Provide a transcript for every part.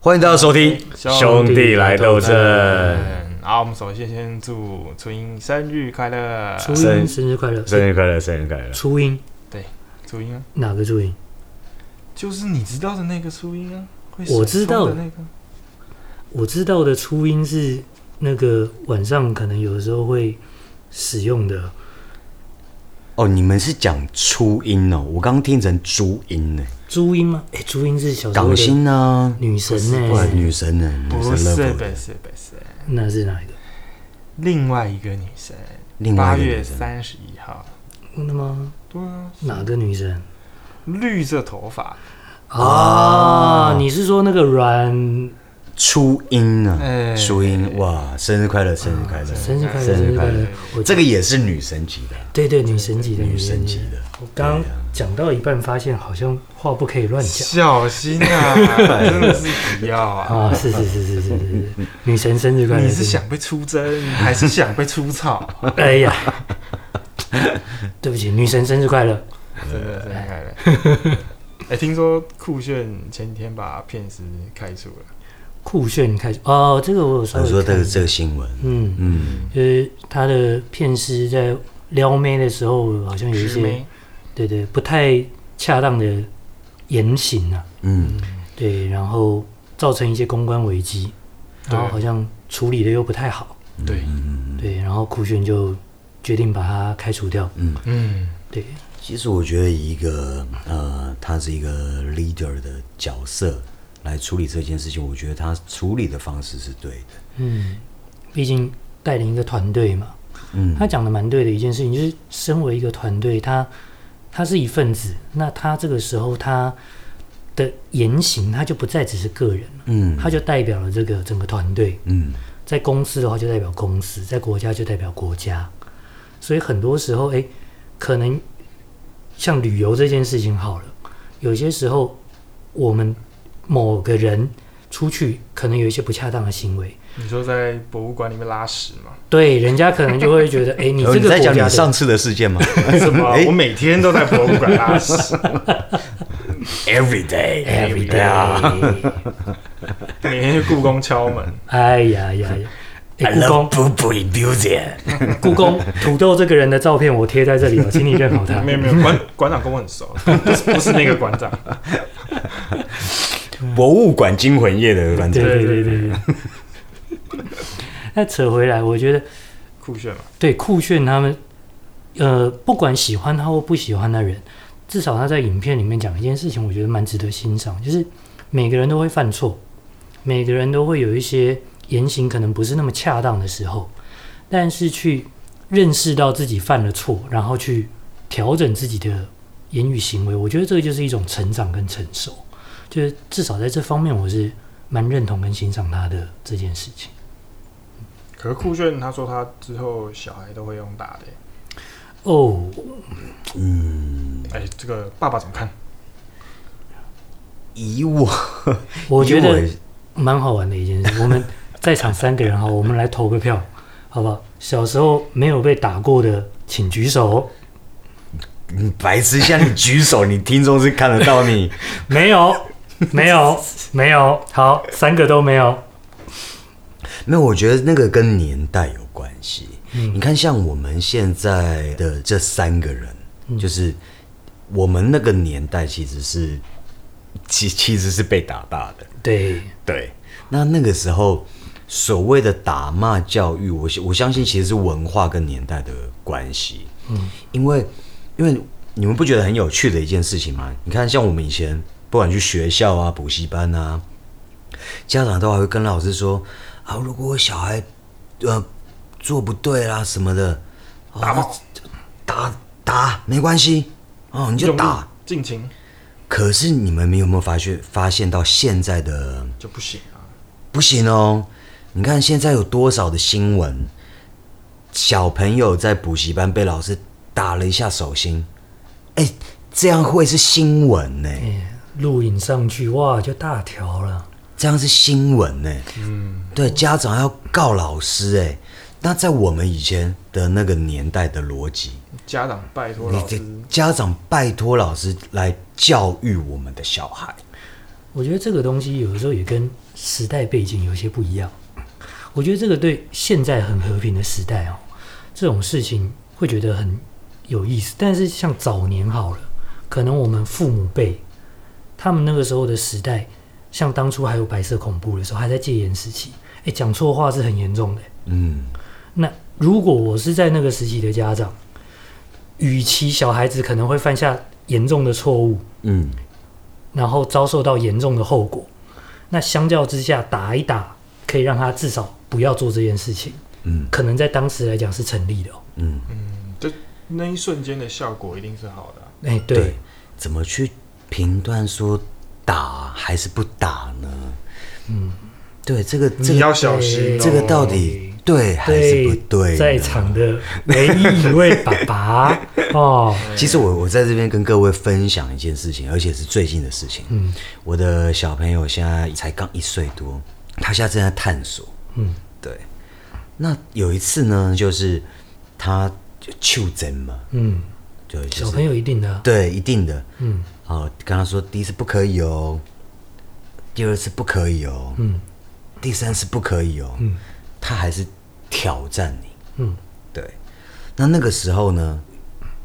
欢迎大家收听《兄弟来斗争》。好，我们首先先祝初音生日快乐，呃初音生日快乐！生日快乐，生日快乐！初音初音啊，哪个初音？就是你知道的那个初音啊，会我知道手冲的那个，我知道的初音是那个晚上可能有的时候会使用的，哦，你们是讲初音哦，我刚听成朱音呢，朱音吗？哎、朱音是小时候港的星啊，女神呢、不然女神呢？女不神是 love 不的是不是，那是哪一个？另外一个女生，另外八一个月女神三十一号，真的吗？对啊，哪个女神？绿色头发，啊，你是说那个阮？初音啊，哎初音哇，生日快乐，生日快乐，生日快乐，生生日日快快乐乐！我这个也是女神级的，对对，女神级的女神级级的。我刚讲到一半，发现好像话不可以乱讲小心 啊，真的是不要啊，啊！是是是是是是是，女神生日快乐！你是真的想被出征还是想被出草？哎呀，对不起，女神生日快乐！真的真的开了。 哎、听说酷炫前几天把片师开除了，酷炫开始哦，这个我有稍我微说这看个一下这个新闻，嗯，嗯，就是他的片师在撩妹的时候，好像有一师些妹对对不太恰当的言行啊，嗯，对，然后造成一些公关危机，然后好像处理的又不太好，对，嗯对，然后酷炫就决定把他开除掉，嗯，对，其实我觉得以一个呃，他是一个 leader 的角色来处理这件事情，我觉得他处理的方式是对的。嗯，毕竟带领一个团队嘛，嗯，他讲的蛮对的一件事情，就是身为一个团队，他他是一份子，那他这个时候他的言行，他就不再只是个人了，嗯，他就代表了这个整个团队，嗯在公司的话就代表公司，在国家就代表国家，所以很多时候，哎，可能像旅游这件事情好了，有些时候我们某个人出去，可能有一些不恰当的行为。你说在博物馆里面拉屎吗？对，人家可能就会觉得，哎、你哦这个在国家讲的你上次的事 件吗什么？我每天都在博物馆拉屎， ？Every day， every day，每天去故宫敲门。哎呀呀呀！哎、故 love 宫， Boo Boo in Museum。故宫，土豆这个人的照片我贴在这里哦，请你认好他 没。有没有，馆馆长跟我很熟， 不是不是那个馆长，博物馆惊魂夜的馆对 长，对对对对。那扯回来，我觉得酷炫嘛，对酷炫他们，呃，不管喜欢他或不喜欢的人，至少他在影片里面讲一件事情，我觉得蛮值得欣赏，就是每个人都会犯错，每个人都会有一些言行可能不是那么恰当的时候，但是去认识到自己犯了错，然后去调整自己的言语行为，我觉得这个就是一种成长跟成熟，就是至少在这方面我是蛮认同跟欣赏他的这件事情。可是酷炫他说他之后小孩都会用打的、哦，嗯哎、这个爸爸怎么看？以我 我觉以得我蛮好玩的一件事。我们在场三个人哈，我们来投个票，好不好？小时候没有被打过的，请举手。你白痴，像你举手，你听众是看得到你。没有，没有，没有。好，三个都没有。没有，我觉得那个跟年代有关系。你看，像我们现在的这三个人，就是我们那个年代其实是其其实是被打大的。对，对，那那个时候所谓的打骂教育，我我相信其实是文化跟年代的关系。嗯，因为因为你们不觉得很有趣的一件事情吗？你看，像我们以前不管去学校啊、补习班啊，家长都还会跟老师说啊，如果我小孩呃做不对啦什么的，哦打爆那打打没关系哦，你就用力打。尽情可是你们有没有发觉发现到现在的就不行啊，不行哦！你看现在有多少的新闻，小朋友在补习班被老师打了一下手心，哎、这样会是新闻呢、嗯哎录影上去哇，就大条了。这样是新闻呢、嗯，对，家长要告老师哎、那在我们以前的那个年代的逻辑，家长拜托你老的师，家长拜托老师来教育我们的小孩，我觉得这个东西有的时候也跟时代背景有些不一样。我觉得这个对现在很和平的时代哦，这种事情会觉得很有意思。但是像早年好了，可能我们父母辈他们那个时候的时代，像当初还有白色恐怖的时候，还在戒严时期，诶，讲错话是很严重的。嗯，那如果我是在那个时期的家长，与其小孩子可能会犯下严重的错误，嗯，然后遭受到严重的后果。那相较之下，打一打可以让他至少不要做这件事情，嗯，可能在当时来讲是成立的、哦。嗯，嗯，就那一瞬间的效果一定是好的啊、哎、对，对怎么去评断说打还是不打呢？嗯，对，这个这你要个小心、哦，这个到底对还是不对？在场的唯一一位爸 爸哦，其实我我在这边跟各位分享一件事情，而且是最近的事情。嗯我的小朋友现在才刚一岁多，他现在正在探索。嗯对，那有一次呢，就是他就求诊嘛，嗯，就就是小朋友一定的啊，对一定的，嗯好，跟他说第一次不可以哦，第二次不可以哦，嗯第三次不可以哦，嗯他还是挑战你。嗯对，那那个时候呢，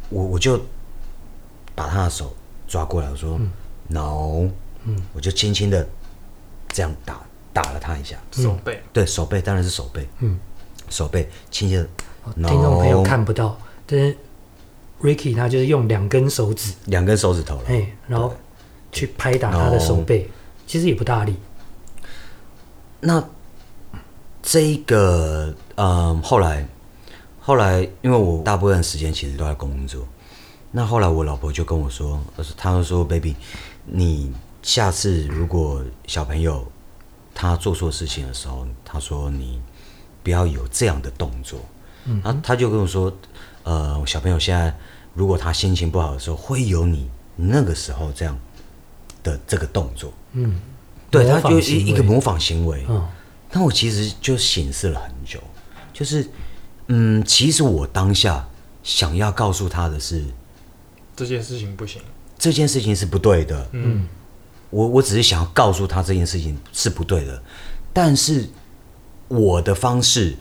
我我就把他的手抓过来，我嗯说、no，我就轻轻的这样打打了他一下，手背，对手背当然是手背，嗯，哦手背轻轻的听众朋友看不到，但是 Ricky 他就是用两根手指，两根手指头了，哎、然后去拍打他的手背，其实也不大力，那这一个，嗯，后来后来，因为我大部分时间其实都在工作，那后来我老婆就跟我说，呃她就说，baby，你下次如果小朋友他做错事情的时候，她说你不要有这样的动作，嗯，然后她就跟我说，呃，小朋友现在如果他心情不好的时候，会有你那个时候这样的这个动作，嗯，对，模他仿就行一一个为模仿行为，嗯。那我其实就醒思了很久，就是，嗯，其实我当下想要告诉他的是，这件事情不行。这件事情是不对的。嗯，我我只是想要告诉他这件事情是不对的，但是我的方式，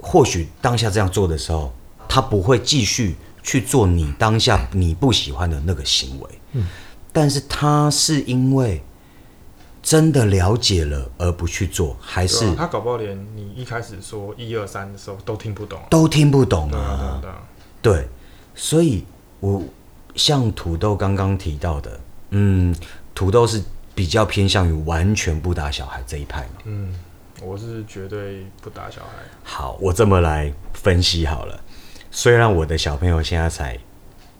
或许当下这样做的时候，他不会继续去做你当下你不喜欢的那个行为。嗯，但是他是因为真的了解了而不去做，还是对啊他搞不好连你一开始说一二三的时候都听不懂。啊都听不懂对啊，对啊，啊？对啊，对，所以我像土豆刚刚提到的，嗯，土豆是比较偏向于完全不打小孩这一派嘛。嗯，我是绝对不打小孩。好，我这么来分析好了。虽然我的小朋友现在才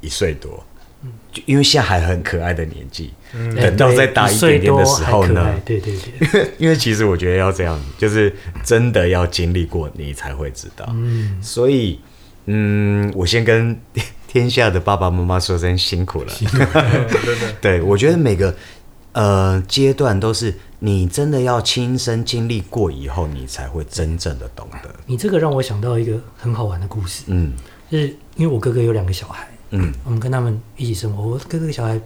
一岁多，嗯就因为现在还很可爱的年纪，等到再大一点点的时候哎呢岁多还可爱，嗯对对对， 因为其实我觉得要这样，就是真的要经历过，你才会知道。嗯，所以，嗯，我先跟 天下的爸爸妈妈说声辛苦了。嗯真的， 对，我觉得每个呃阶段都是你真的要亲身经历过以后，你才会真正的懂得。你这个让我想到一个很好玩的故事，嗯就是因为我哥哥有两个小孩，嗯我们跟他们一起生活，我哥哥的小孩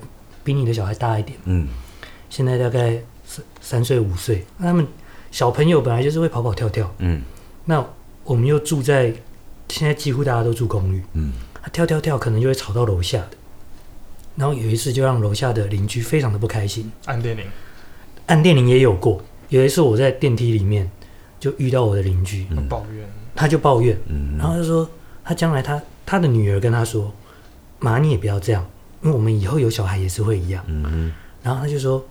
比你的小孩大一点，嗯现在大概三三岁五岁，那他们小朋友本来就是会跑跑跳跳，嗯那我们又住在现在几乎大家都住公寓，嗯他跳跳跳可能就会吵到楼下的，然后有一次就让楼下的邻居非常的不开心，按电铃，按电铃也有过，有一次我在电梯里面就遇到我的邻居，嗯抱怨，他就抱怨，嗯然后就说他将来他他的女儿跟他说，妈你也不要这样，因为我们以后有小孩也是会一样。嗯然后他就说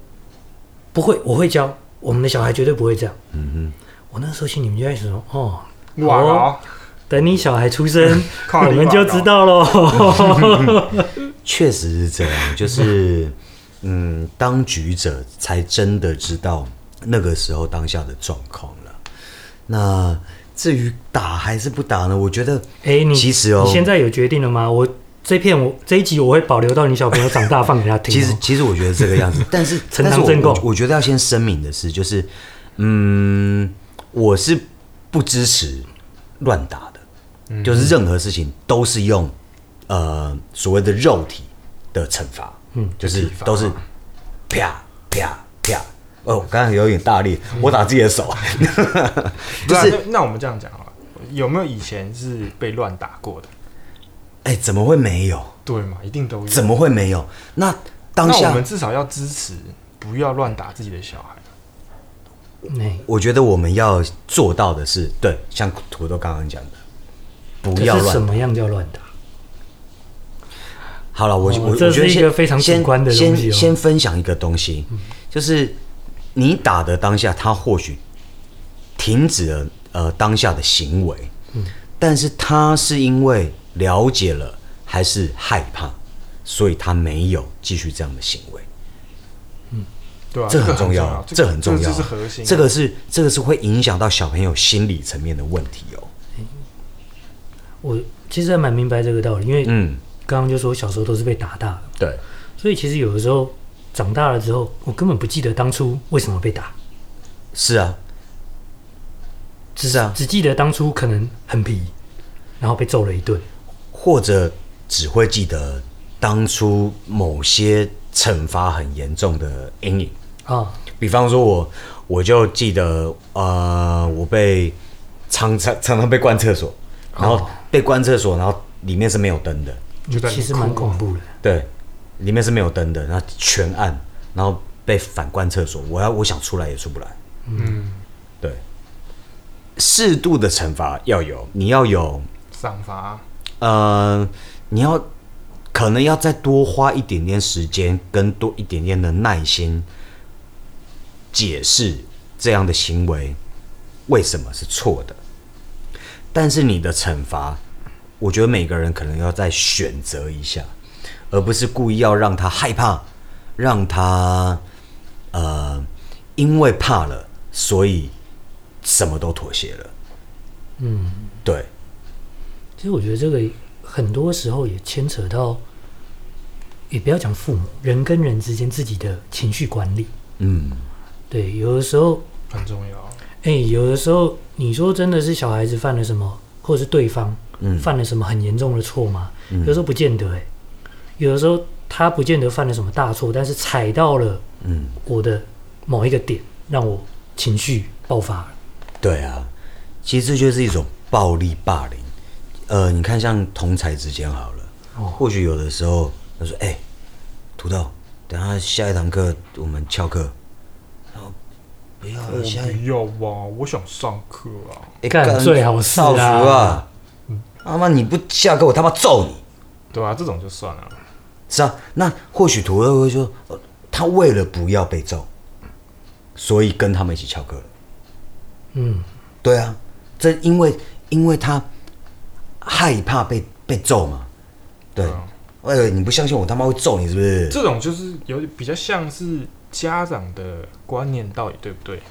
不会，我会教我们的小孩绝对不会这样。嗯我那时候心里面就在想说，哦，哇哦，哦，等你小孩出 生，靠我你们瓦就搞知道 喽。哼，确实是这样， 就是嗯，当局者才真的知道那个时候当下的状况了。那至于打还是不打呢？我觉得哎，你其实哦你现在有决定了吗？我这片我这一集我会保留到你小朋友长大放给他听哦。其嗯实其实我觉得这个 样子，但是承但是当我正我供我觉得要先声明的是，就是嗯，我是不支持乱打的，嗯就是任何事情都是用呃所谓的肉体的惩罚，嗯，就是体罚都是啪啪啪。哦，我刚才有点大力，嗯我打自己的 手，不是、啊那那我们这样讲好了，有没有以前是被乱打过的？哎、怎么会没有？对嘛，一定都有。怎么会没有？那当那下我们至少要支持，不要乱打自己的小孩。哎，我觉得我们要做到的是，对，像土豆刚刚讲的，不可要是什乱。么样叫乱打？好了，我、哦我我这觉得是一先个非常先主观的先东西哦嗯先分享一个东西，就是你打的当下，他或许停止了呃当下的行为，嗯但是他是因为了解了还是害怕，所以他没有继续这样的行为。对啊，这个很很重要，这很重要，这是核心。啊这个是这个是会影响到小朋友心理层面的问题哦。我其实还蛮明白这个道理，因为嗯，刚刚就说小时候都是被打大的，对，所以其实有的时候长大了之后，我根本不记得当初为什么被打，是啊，只是啊只记得当初可能很皮，然后被揍了一顿。或者只会记得当初某些惩罚很严重的阴影。啊，比方说我，我就记得，呃，我被常常常常被关厕所，然后被关厕所，然后里面是没有灯的，就在那其实哭蛮啊恐怖的。对，里面是没有灯的，然后全暗，然后被反关厕所，我要我想出来也出不来。嗯，对，适度的惩罚要有，你要有，赏罚呃，你要可能要再多花一点点时间，跟多一点点的耐心，解释这样的行为为什么是错的。但是你的惩罚，我觉得每个人可能要再选择一下，而不是故意要让他害怕，让他呃，因为怕了，所以什么都妥协了。嗯，对，其实我觉得这个很多时候也牵扯到，也不要讲父母，人跟人之间自己的情绪管理。嗯。对，有的时候，很重要。哎，有的时候你说真的是小孩子犯了什么，或者是对方嗯犯了什么很严重的错吗？嗯有的时候不见得哎、有的时候他不见得犯了什么大错，但是踩到了嗯，我的某一个点，让我情绪爆发了。对啊，其实这就是一种暴力霸凌。呃，你看像同才之间好了，哦或许有的时候他说：“哎、土豆，等下下一堂课我们翘课。”然后不要我了，下一不要啊，我想上课啊。哎干最好是啊少福啊！他妈你不下课，我他妈揍你！对啊，这种就算了。是啊，那或许土豆会说，呃他为了不要被揍，所以跟他们一起翘课了。嗯，对啊，这因为因为他害怕被被揍嘛，对对啊。哎、你不相信我他妈会揍你是不是？这种就是有比较像是家长的观念到底对不对？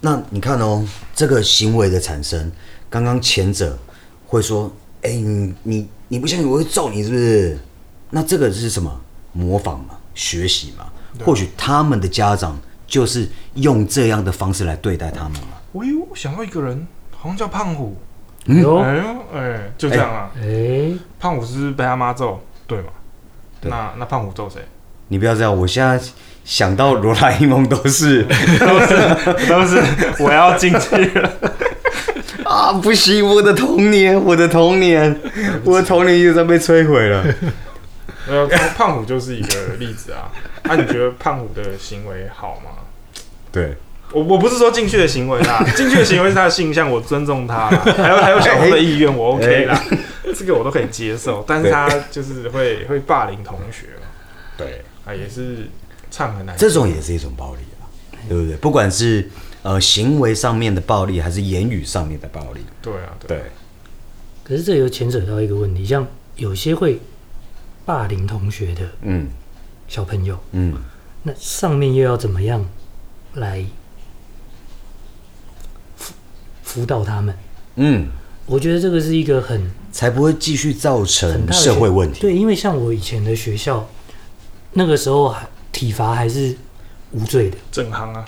那你看哦，这个行为的产生，刚刚前者会说，哎、你你你不相信我会揍你是不是？那这个是什么？模仿嘛，学习嘛。或许他们的家长就是用这样的方式来对待他们嘛。我有想到一个人，好像叫胖虎。嗯有、哎呦，哎，就这样啊。哎，胖虎是不是被他妈揍，对吗？那那胖虎揍谁？你不要这样，我现在想到罗拉一梦都是都是我要进去了。啊，不行，我的童年，我的童年，我的童年又在被摧毁了。呃，胖胖虎就是一个例子 啊。那、你觉得胖虎的行为好吗？对，我我不是说进去的行为啦，进去的行为是他的性向，我尊重他啦，还有还有小红的意愿，我 OK 啦，这个我都可以接受。但是他就是会会霸凌同学嘛，对啊，也是唱很难听。这种也是一种暴力啊，对不对？不管是呃行为上面的暴力，还是言语上面的暴力，对啊，对对，可是这又牵扯到一个问题，像有些会霸凌同学的嗯小朋友，嗯，那上面又要怎么样来辅辅导他们？嗯，我觉得这个是一个很才不会继续造很成大的社会学问题。对，因为像我以前的学校，那个时候还体罚还是无罪的，正夯啊，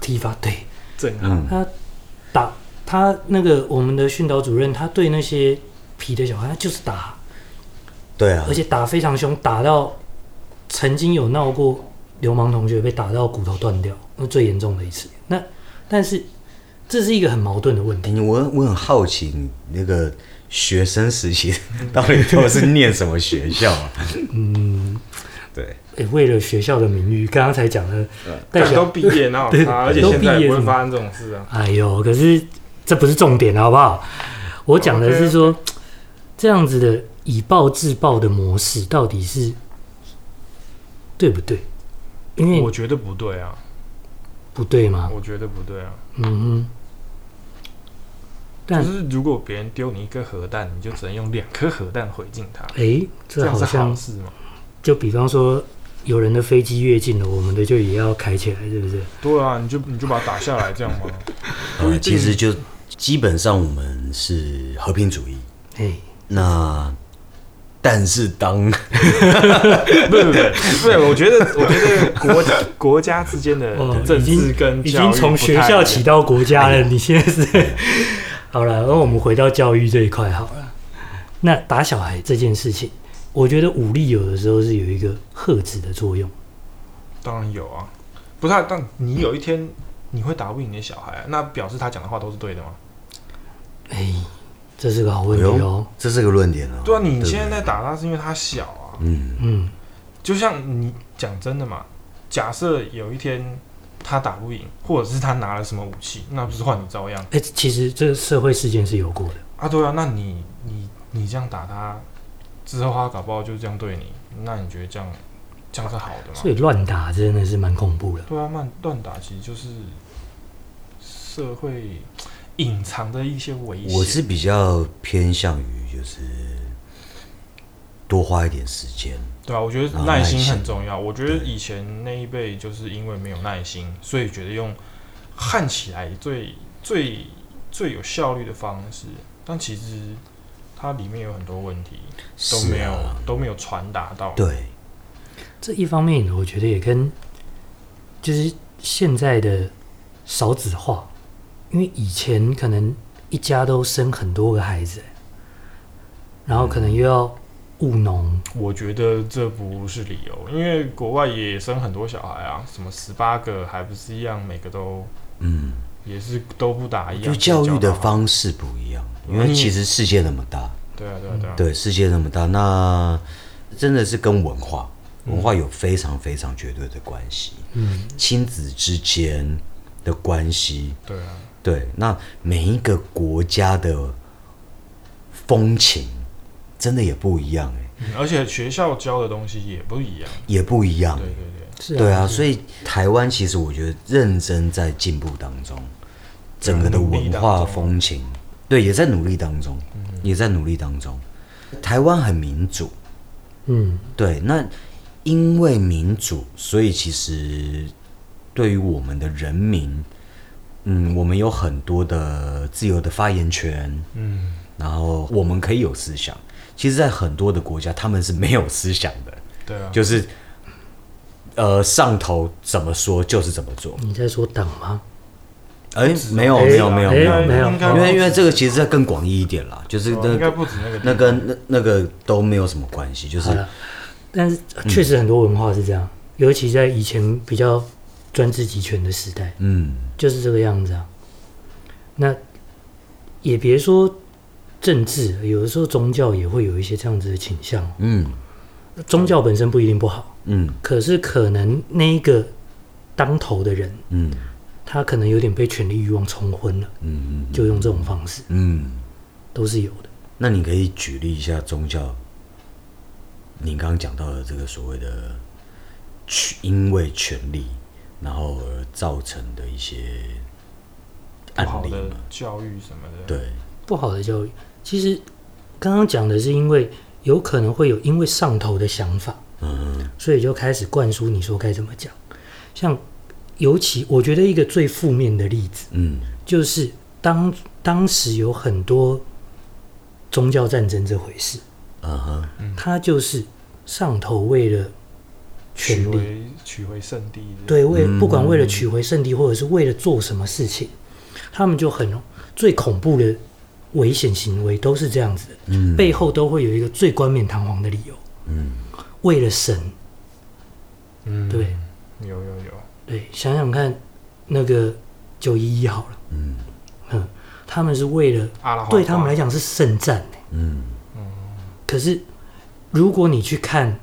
体罚对正夯，嗯，他打他那个我们的训导主任，他对那些皮的小孩，他就是打，对啊而，且打非常凶，打到曾经有闹过流氓同学被打到骨头断掉，那最严重的一次。那但是这是一个很矛盾的问哎、题。你我我很好奇，你那个学生时期到底都是念什么学校啊？嗯，对，诶，为了学校的名誉，刚刚才讲的带但小都毕业哪有差，而且都现在毕业也不会是吗发生这种事啊。哎呦，可是这不是重点，好不好？我讲的是哦说，这样子的以暴制暴的模式到底是对不对？因我为觉得不对啊，不对嘛，我觉得不对啊。就嗯但是如果别人丢你一颗核弹，你就只能用两颗核弹回敬他，哼，哎，这这样好是好像事吗？就比方说，有人的飞机越境了，我们的就也要开起来，对不对？对啊，你就你就把它打下来，这样吗？不 呃一定其实就基本上我们是和平主义，哎，那但是当 不 不不，不，我觉得我觉得国国家之间的哦政已经治跟已教育经从不学太一校样哎起到国家了，你现在是好了。那我们回到教育这一块好了。那打小孩这件事情，我觉得武力有的时候是有一个遏制的作用。当然有啊，不是、啊，但你有一天你会打不赢你的小孩，啊那表示他讲的话都是对的吗？哎，这是个好问题哎哦呦。这是个论点哦。对啊，你不现在在打他是因为他小啊，嗯，嗯，就像你讲真的嘛，假设有一天他打不赢，或者是他拿了什么武器，那不是换你照样哎，其实这个社会事件是有过的。啊？对啊，那你你你这样打他之后，他搞不好就这样对你，那你觉得这样这样是好的吗？所以乱打真的是蛮恐怖的。对啊，乱乱打其实就是社会隐藏的一些危险。我是比较偏向于就是多花一点时间，对啊，我觉得然后耐耐心心很重要。我觉得以前那一辈就是因为没有耐心，所以觉得用焊起来最最最有效率的方式，但其实它里面有很多问题都是没有、啊，都没有传达到。对，这一方面，我觉得也跟就是现在的少子化，因为以前可能一家都生很多个孩子，然后可能又要务农，我觉得这不是理由，因为国外也生很多小孩啊，什么十八个还不是一样，每个都嗯，也是都不打一样。就教育的好方式不一样，嗯因为其实世界那么大，对啊对啊对啊，对，世界那么大，那真的是跟文化。嗯文化有非常非常绝对的关系，嗯，亲子之间的关系，对啊，对，那每一个国家的风情真的也不一样、欸，嗯而且学校教的东西也不一样。也不一样对，对对。是对啊，所以台湾其实我觉得认真在进步当中，整个的文化风情，对，也在努力当嗯中，也在努力当中。台湾很民主，嗯，对，那因为民主，所以其实对于我们的人民，嗯，我们有很多的自由的发言权，嗯，然后我们可以有思想。其实，在很多的国家，他们是没有思想的，对啊，就是呃，上头怎么说就是怎么做。你在说党吗？哎，没有，没有，没有，哎没有，没有应该因为因为这个其实更广义一点啦，就是那应该个不止那个地方那跟那那个都没有什么关系，就是好了，但是呃确实很多文化是这样，尤其在以前比较专制集权的时代，嗯，就是这个样子啊。那也别说政治，有的时候宗教也会有一些这样子的倾向哦。嗯宗教本身不一定不好，嗯可是可能那一个当头的人，嗯他可能有点被权力欲望冲昏了，嗯就用这种方式，嗯。都是有的。那你可以举例一下宗教，你刚刚讲到的这个所谓的权，因为权力然后而造成的一些不案好例的嘛？教育什么的，，对，不好的教育，其实刚刚讲的是因为有可能会有因为上头的想法，嗯所以就开始灌输你说该怎么讲。像尤其我觉得一个最负面的例子。嗯就是当当时有很多宗教战争这回事，嗯哼，他就是上头为了取权力，回取回圣地，，对，为嗯不管为了取回圣地，或者是为了做什么事情，他们就很最恐怖的危险行为都是这样子的，嗯、背后都会有一个最冠冕堂皇的理由，嗯，为了神，嗯，对有有有，对，想想看，那个九一一好了，嗯嗯，他们是为了阿拉花对他们来讲是圣战、欸、嗯，可是如果你去看，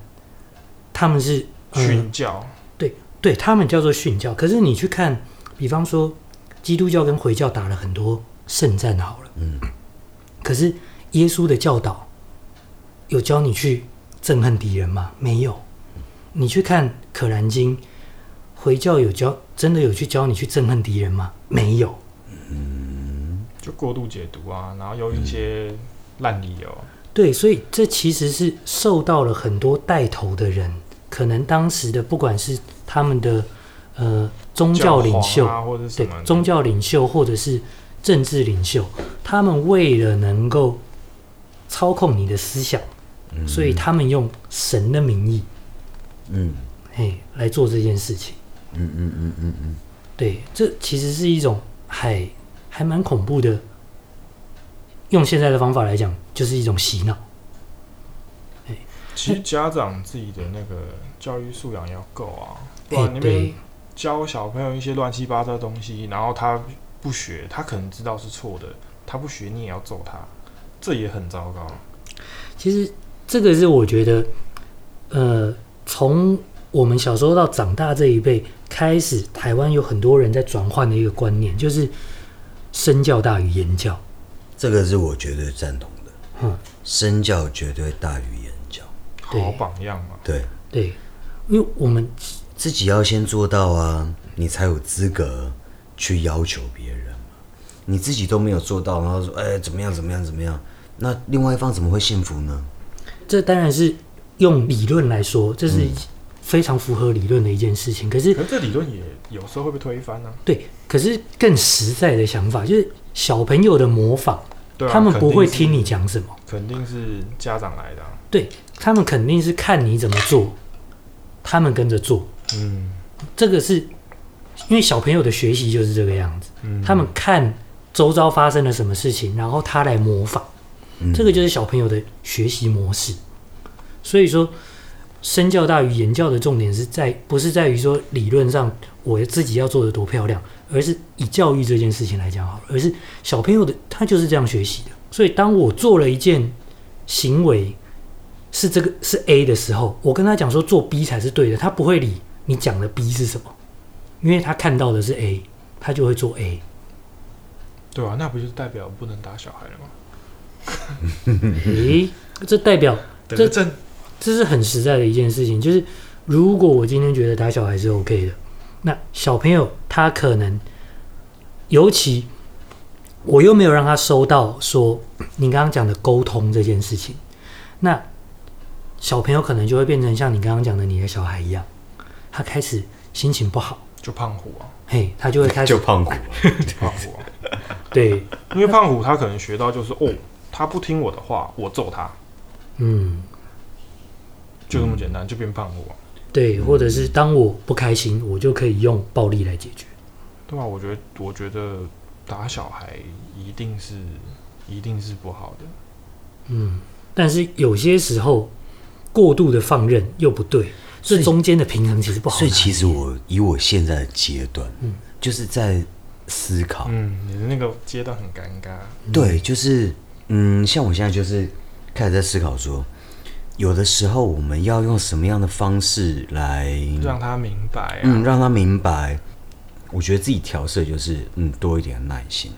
他们是、呃嗯训教，对对，他们叫做训教。可是你去看，比方说基督教跟回教打了很多圣战，好了，嗯，可是耶稣的教导有教你去憎恨敌人吗？没有。你去看《可兰经》，回教有教真的有去教你去憎恨敌人吗？没有。就过度解读啊，然后用一些烂理由，对，所以这其实是受到了很多带头的人，可能当时的不管是他们的呃宗教领袖，教皇啊或者什对么的宗教领袖或者是政治领袖，他们为了能够操控你的思想，嗯所以他们用神的名义，嗯嘿，来做这件事情。嗯嗯嗯嗯嗯，对，这其实是一种还还蛮恐怖的，用现在的方法来讲，就是一种洗脑。其实家长自己的那个教育素养要够啊，不哎然，你对们。教小朋友一些乱七八糟的东西，然后他不学，他可能知道是错的，他不学你也要揍他，这也很糟糕。其实这个是我觉得，呃，从我们小时候到长大这一辈开始，台湾有很多人在转换的一个观念，就是身教大于言教。这个是我绝对赞同的。嗯，身教绝对大于言教，对好榜样嘛，对对，因为我们自己要先做到啊，你才有资格去要求别人嘛。你自己都没有做到，然后说哎怎么样怎么样怎么样，那另外一方怎么会幸福呢？这当然是用理论来说，这是非常符合理论的一件事情。可是可是这理论也有时候会被推翻呢、啊对，可是更实在的想法就是小朋友的模仿，对啊，他们不会肯定是听你，讲什么。肯定是家长来的啊、对他们肯定是看你怎么做，他们跟着做。嗯这个是因为小朋友的学习就是这个样子，嗯，他们看周遭发生了什么事情，然后他来模仿，这个就是小朋友的学习模式。所以说，身教大于言教的重点是在不是在于说理论上我自己要做的多漂亮，而是以教育这件事情来讲好了，而是小朋友的他就是这样学习的。所以当我做了一件行为是这个是 A 的时候，我跟他讲说做 B 才是对的，他不会理你讲的 B 是什么，因为他看到的是 A，他就会做 A。对啊，那不就是代表不能打小孩了吗？诶，这代表得这正这是很实在的一件事情，就是如果我今天觉得打小孩是 OK 的，那小朋友他可能，尤其我又没有让他收到说你刚刚讲的沟通这件事情，那小朋友可能就会变成像你刚刚讲的你的小孩一样，他开始心情不好，就胖虎啊，嘿，他就会开 始就胖虎啊，胖虎啊，对，因为胖虎他可能学到就是哦，他不听我的话，我揍他，嗯，就这么简单，就变胖虎啊。对，嗯或者是当我不开心，我就可以用暴力来解决。对啊，我觉得，我觉得打小孩一定是一定是不好的。但是有些时候过度的放任又不对，这中间的平衡其实不好拿嗯所以其实我以我现在的阶段，就是在思考，嗯，你的那个阶段很尴尬。对，就是嗯，像我现在就是开始在思考说，有的时候我们要用什么样的方式来让他明白啊，嗯让他明白。我觉得自己调试的就是嗯多一点耐心，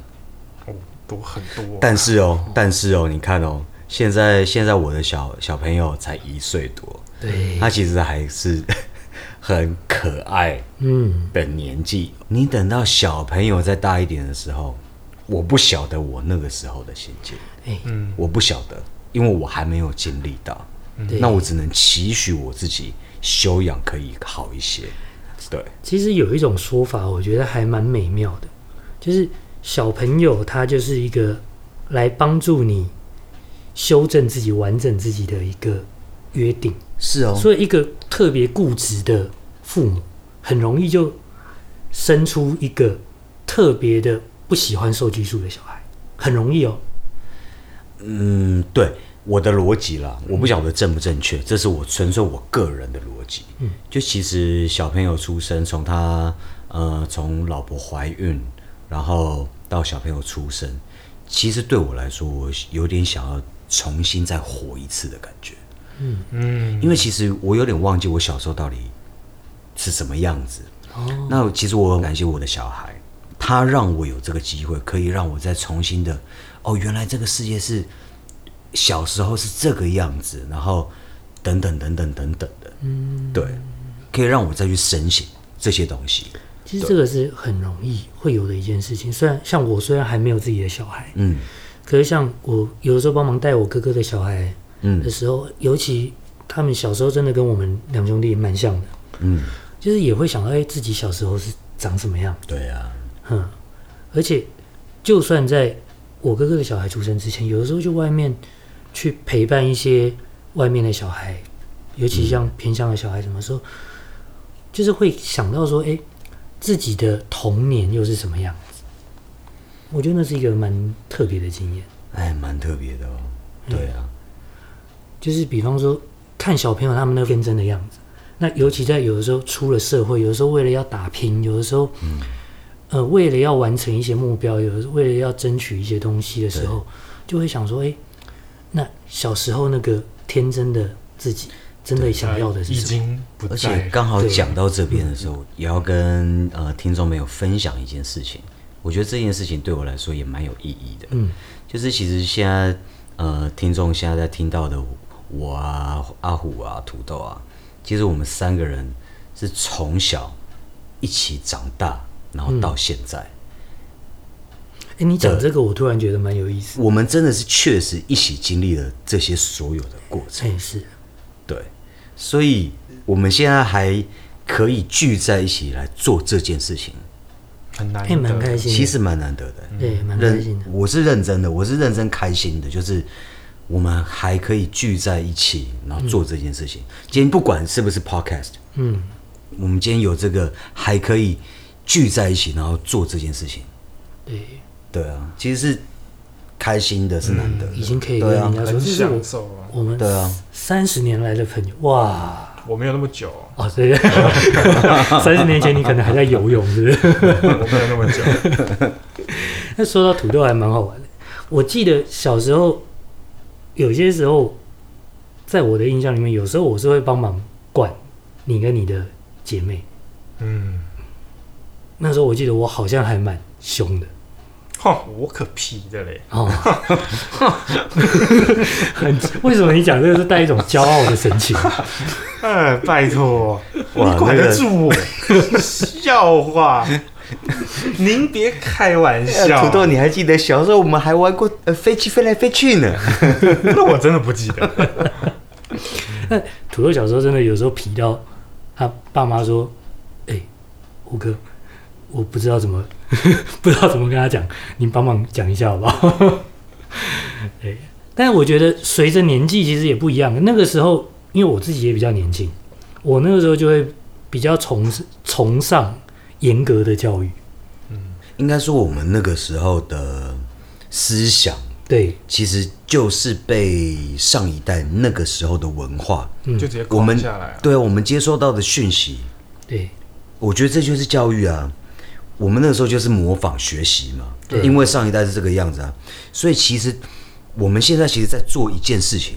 哦，多很多，但是哦，但是哦，你看哦，现在现在我的小小朋友才一岁多，对，他其实还是 很可爱嗯，的年纪。你等到小朋友再大一点的时候，我不晓得我那个时候的心情，哎、嗯，我不晓得，因为我还没有经历到。对那我只能期许我自己修养可以好一些。对，其实有一种说法，我觉得还蛮美妙的，就是小朋友他就是一个来帮助你修正自己、完整自己的一个约定，是哦，所以一个特别固执的父母，很容易就生出一个特别的不喜欢受拘束的小孩，很容易哦。嗯，对，我的逻辑啦，我不晓得正不正确，这是我纯粹我个人的逻辑。嗯，就其实小朋友出生，从他呃从老婆怀孕，然后到小朋友出生，其实对我来说，我有点想要重新再活一次的感觉。嗯，因为其实我有点忘记我小时候到底是什么样子。哦，那其实我很感谢我的小孩，他让我有这个机会，可以让我再重新的，哦，原来这个世界是小时候是这个样子，然后等等等等等等的，嗯，对，可以让我再去深省这些东西，其实这个是很容易会有的一件事情。虽然像我虽然还没有自己的小孩，嗯可是像我有的时候帮忙带我哥哥的小孩的嗯时候，尤其他们小时候真的跟我们两兄弟蛮像的，嗯，就是也会想到哎、自己小时候是长什么样，对啊，嗯，而且就算在我哥哥的小孩出生之前，有的时候去外面去陪伴一些外面的小孩，尤其像偏乡的小孩，什么时候、就是会想到说，哎、自己的童年又是什么样子？我觉得那是一个蛮特别的经验。哎，蛮特别的哦，对啊，就是比方说看小朋友他们那天真的样子，那尤其在有的时候出了社会，有的时候为了要打拼，有的时候，嗯呃，为了要完成一些目标，有的时候为了要争取一些东西的时候，就会想说，哎、那小时候那个天真的自己，真的想要的是已什么？经不而在且了。刚好对讲到这边的时候，也要跟呃听众朋友分享一件事情，我觉得这件事情对我来说也蛮有意义的，嗯，就是其实现在呃，听众现在在听到的我啊、阿虎啊、土豆啊，其实我们三个人是从小一起长大，然后到现在，哎、你讲这个，我突然觉得蛮有意思。我们真的是确实一起经历了这些所有的过程。这也是，对，所以我们现在还可以聚在一起来做这件事情，很难哎、蛮开得，心的。其实蛮难得的。嗯对，蛮开心认的。我是认真的，我是认真开心的，就是我们还可以聚在一起，然后做这件事情。今天不管是不是 podcast，嗯，我们今天有这个还可以聚在一起，然后做这件事情，对，对啊，其实是开心的，是难得的、嗯已经可以跟对啊人，家说，很这是我享受啊。我们对啊三十年来的朋友，哇。我没有那么久，哦，对， 三十年前你可能还在游泳，是不是？ 我没有那么久。那说到土豆还蛮好玩的。我记得小时候，有些时候，在我的印象里面，有时候我是会帮忙管你跟你的姐妹。嗯，那时候我记得我好像还蛮凶的哼，我可皮的嘞。哦， 很为什么你讲这个是带一种骄傲的神情？哎，拜托，哇你管那个得住我？笑话，您别开玩笑。哎土豆，你还记得小时候我们还玩过呃飞机飞来飞去呢？ 那我真的不记得。土豆小时候真的有时候皮到他爸妈说：“哎、胡哥，我不知道怎么 不知道怎么跟他讲，你帮忙讲一下好不好？” 对，但是我觉得随着年纪其实也不一样。那个时候，因为我自己也比较年轻，我那个时候就会比较崇崇尚严格的教育。应该说我们那个时候的思想，对，其实就是被上一代那个时候的文化，嗯就直接我狂们下来啊。对啊我们接收到的讯息，对，我觉得这就是教育啊。我们那个时候就是模仿学习嘛，对因为上一代是这个样子啊，所以其实我们现在其实在做一件事情，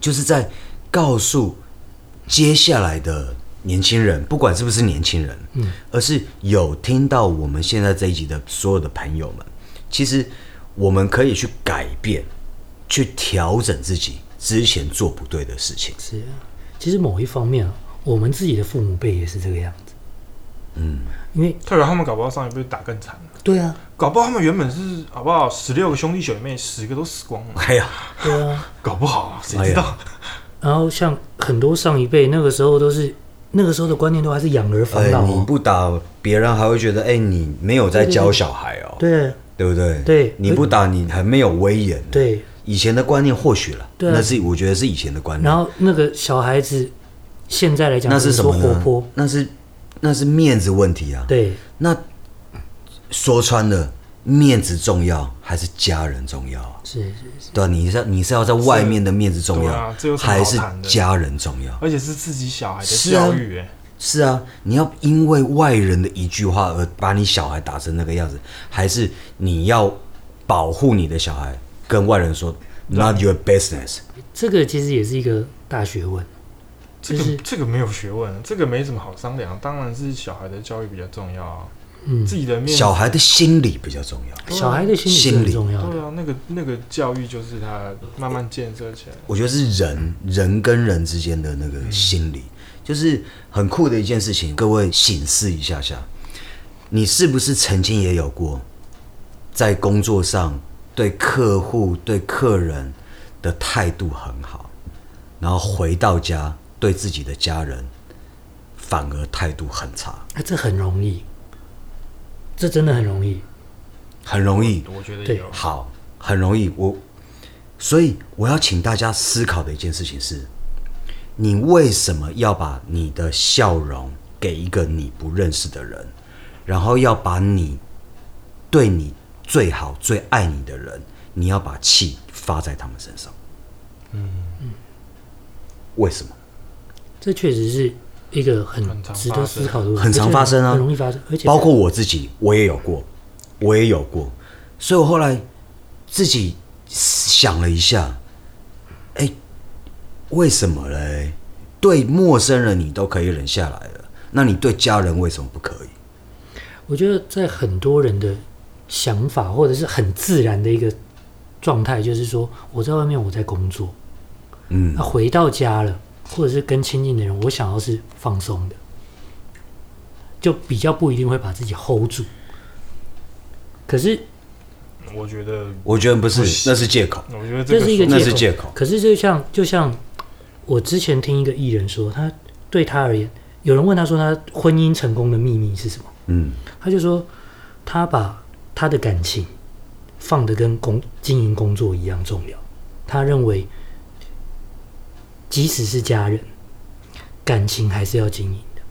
就是在告诉接下来的年轻人，不管是不是年轻人，嗯，而是有听到我们现在这一集的所有的朋友们，其实我们可以去改变，去调整自己之前做不对的事情。是啊，其实某一方面啊，我们自己的父母辈也是这个样子。嗯，因为特别他们搞不好上一辈打更惨了，对啊，搞不好他们原本是好不好十六个兄弟姐妹，十个都死光了，哎呀，对啊。搞不好啊哎谁知道？然后像很多上一辈那个时候都是那个时候的观念都还是养儿防哎，老、你哦，不打别人还会觉得，哎，你没有在教小孩哦，对对不对？对你不打你很没有威严。，对。以前的观念或许了，对啊那是我觉得是以前的观念然。后那个小孩子现在来讲，那是什说么活呢泼？，那是那是面子问题啊。，对那说穿了，面子重要还是家人重要啊？是是对啊，你是你是要在外面的面子重对要，啊这有什么好还是谈的家人重要？而且是自己小孩的是啊教育、哎、是啊，你要因为外人的一句话而把你小孩打成那个样子，还是你要保护你的小孩，跟外人说 not your business？这个其实也是一个大学问。这就是个这个没有学问，啊这个没什么好商量。啊当然是小孩的教育比较重要啊，嗯，自己的面子小孩的心理比较重要。小孩的心理是嗯心很理重要对的。啊，那个那个教育就是他慢慢建设起来。我觉得是人人跟人之间的那个心理，就是很酷的一件事情。各位醒思一下下，你是不是曾经也有过在工作上对客户、对客人的态度很好，然后回到家对自己的家人反而态度很差？啊，这很容易，这真的很容易。很容易，我觉得对有，好，很容易。我，所以我要请大家思考的一件事情是：你为什么要把你的笑容给一个你不认识的人，然后要把你对你最好、最爱你的人，你要把气发在他们身上？嗯，为什么？这确实是一个很很常值发得生思考的问题，很常而且发生啊很容易发生，而且包括我自己，我也有过，我也有过，所以我后来自己想了一下，哎，为什么嘞？对陌生人你都可以忍下来了，那你对家人为什么不可以？我觉得在很多人的想法或者是很自然的一个状态，就是说我在外面我在工作，嗯那、，回到家了，或者是跟亲近的人，我想要是放松的，就比较不一定会把自己 hold 住。可是我觉得我觉得不是不，行那是借口。我觉得这是一个那借是口，借口可是就像就像我之前听一个艺人说，他对他而言，有人问他说他婚姻成功的秘密是什么，嗯，他就说他把他的感情放得跟工经营工作一样重要。他认为，即使是家人，感情还是要经营的。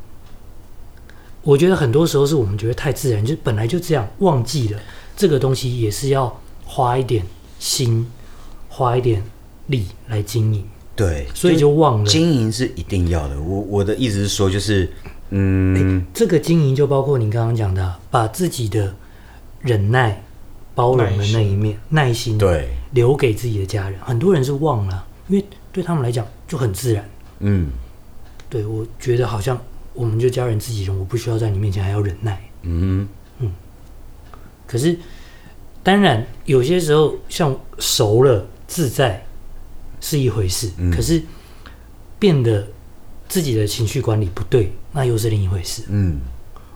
我觉得很多时候是我们觉得太自然，就是本来就这样，忘记了这个东西也是要花一点心，花一点力来经营，对，所以就忘了。经营是一定要的。我我的意思是说，就是嗯，这个经营就包括您刚刚讲的啊，把自己的忍耐、包容的那一面、耐心，对，留给自己的家人。很多人是忘了，因为对他们来讲就很自然。嗯对我觉得好像我们就家人自己人，我不需要在你面前还要忍耐。嗯，可是，当然有些时候像熟了自在是一回事，嗯可是变得自己的情绪管理不对，那又是另一回事。嗯，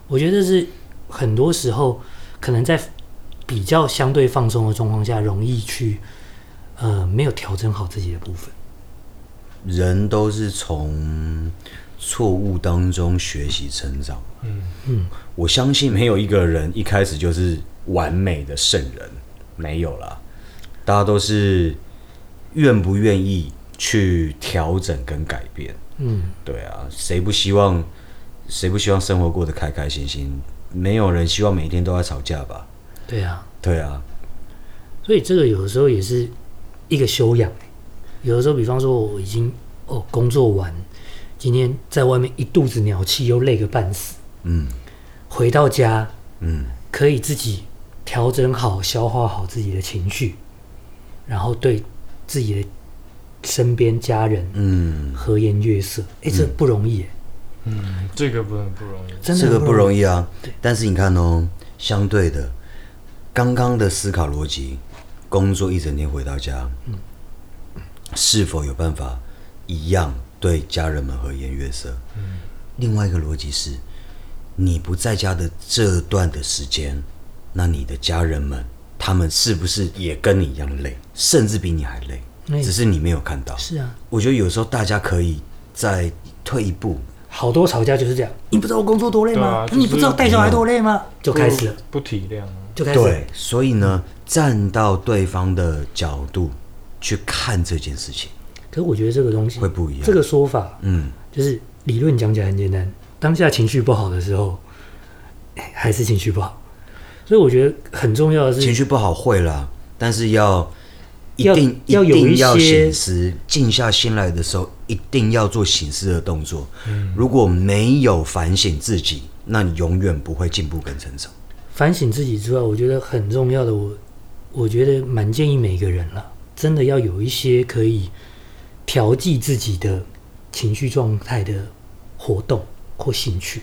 我觉得是很多时候可能在比较相对放松的状况下，容易去呃没有调整好自己的部分。人都是从错误当中学习成长。嗯，我相信没有一个人一开始就是完美的圣人，没有啦。大家都是愿不愿意去调整跟改变。嗯，对啊，谁不希望谁不希望生活过得开开心心？没有人希望每天都在吵架吧？对啊，对啊，所以这个有的时候也是一个修养欸、有的时候，比方说我已经哦工作完，今天在外面一肚子鸟气，又累个半死，嗯回到家嗯，可以自己调整好、消化好自己的情绪，然后对自己的身边家人嗯，和颜悦色，哎、这不容易耶、这个不很不容易。真的这个不易。容易啊。但是你看哦，相对的，刚刚的思考逻辑，工作一整天回到家，嗯是否有办法一样对家人们和颜悦色？嗯另外一个逻辑是，你不在家的这段的时间，那你的家人们，他们是不是也跟你一样累，甚至比你还累？嗯只是你没有看到。是啊，我觉得有时候大家可以再退一步，好多吵架就是这样。你不知道我工作多累对吗？啊就是你不知道带小孩多累吗？就开始了，不体谅啊，就开始了嗯对，。所以呢，站到对方的角度去看这件事情，可是我觉得这个东西会不一样这个说法嗯，就是理论讲起来很简单，当下情绪不好的时候，哎还是情绪不好。所以我觉得很重要的是情绪不好会啦，但是要一嗯要定要有一定一要些醒思，静下心来的时候，一定要做醒思的动作。嗯如果没有反省自己，那你永远不会进步跟成长。反省自己之外，我觉得很重要的，我我觉得蛮建议每个人了，真的要有一些可以调剂自己的情绪状态的活动或兴趣，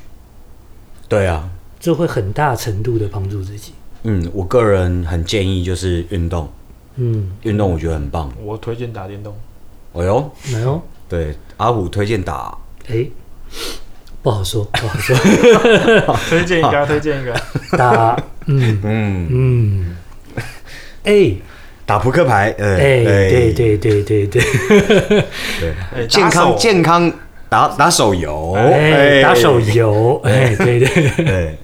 对啊，这会很大程度的帮助自己。嗯，我个人很建议就是运动，嗯，运动我觉得很棒。我推荐打电动， 哎呦，没有，对，阿虎推荐打哎，不好说，不好说， 推荐一个啊，推荐一个。打，嗯嗯嗯， 哎打扑克牌，哎、哎，对对对对对，对，哎打健康手健康打打手游，哎，打手游，哎，对对。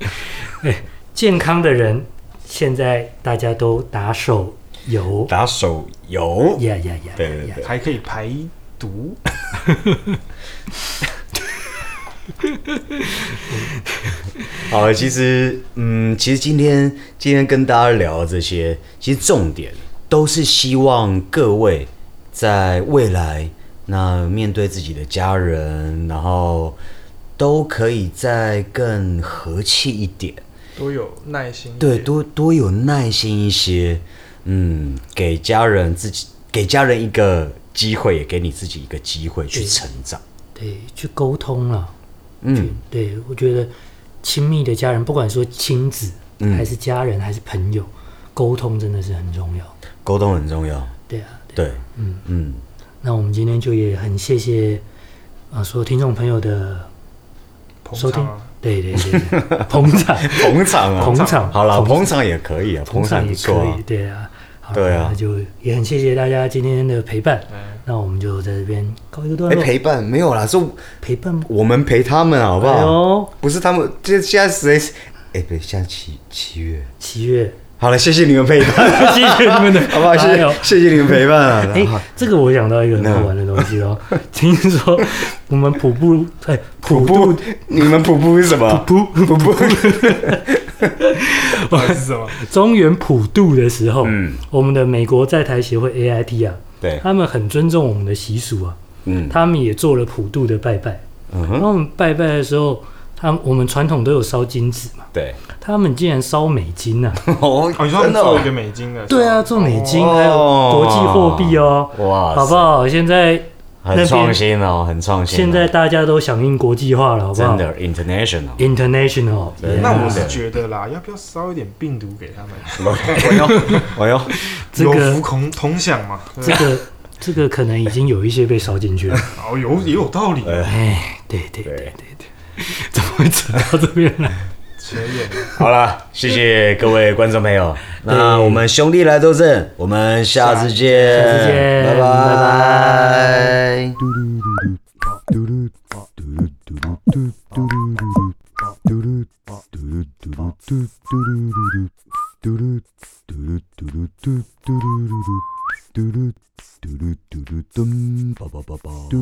对，健康的人，现在大家都打手游，打手游，呀呀呀！对对对，还可以排毒，好，其实，嗯，其实今天今天跟大家聊这些，其实重点都是希望各位在未来，那面对自己的家人，然后都可以再更和气一点，多有耐心一点。对，多多有耐心一些，嗯，给家人自己给家人一个机会，也给你自己一个机会去成长，对，去沟通了。嗯。对，我觉得亲密的家人，不管说亲子，嗯还是家人，还是朋友，沟通真的是很重要。沟通很重要。对啊，对对，嗯嗯，那我们今天就也很谢谢啊、呃所有听众朋友的捧收场听啊。。对对 对，对捧场，捧场啊，捧场好啦，捧捧场也可以啊，捧场也不错可啊以。。对啊，好对啊那就也很谢谢大家今天的陪伴。嗯那我们就在这边告一个段哎，落。陪伴没有啦，是陪伴吗？我们陪他们好不哎好？呦，不是他们，这现在谁？哎，不对，现在七七月。七 月，好了，谢谢你们陪 伴，谢谢你们的，好不好？谢哎呦谢谢谢你们陪伴哎啊。，这个我想到一个很好玩的东西哦。听说我们普布哎普瀑布渡，你们瀑布是什么？普瀑布，不好意思是什么？ 中原普渡的时候，嗯我们的美国在台协会 AIT 啊，对，他们很尊重我们的习俗啊，嗯，他们也做了普渡的拜拜。嗯然哼，后我们拜拜的时候，他们我们传统都有烧金纸嘛，对。他们竟然烧美金啊！ 哦哦，你说他们做一个美金的？ 对啊，，做美金哦还有国际货币哦，哇塞好不好？现在那很边创新哦，很创新哦。现在大家都响应国际化了，好不好真的 international。 ？International，真的那我 yeah 是觉得啦，要不要烧一点病毒给他们？我哟，我哟，这有个福同同享嘛？对这个这个可能已经有一些被烧进 去了。哦，有也有道理，哎哎，对对对对对对， 怎么会扯到这边来？扯远了。好了，谢谢各位观众朋友。那我们兄弟来作证，我们下次见，下次见拜拜拜。 Do do do do do do do do do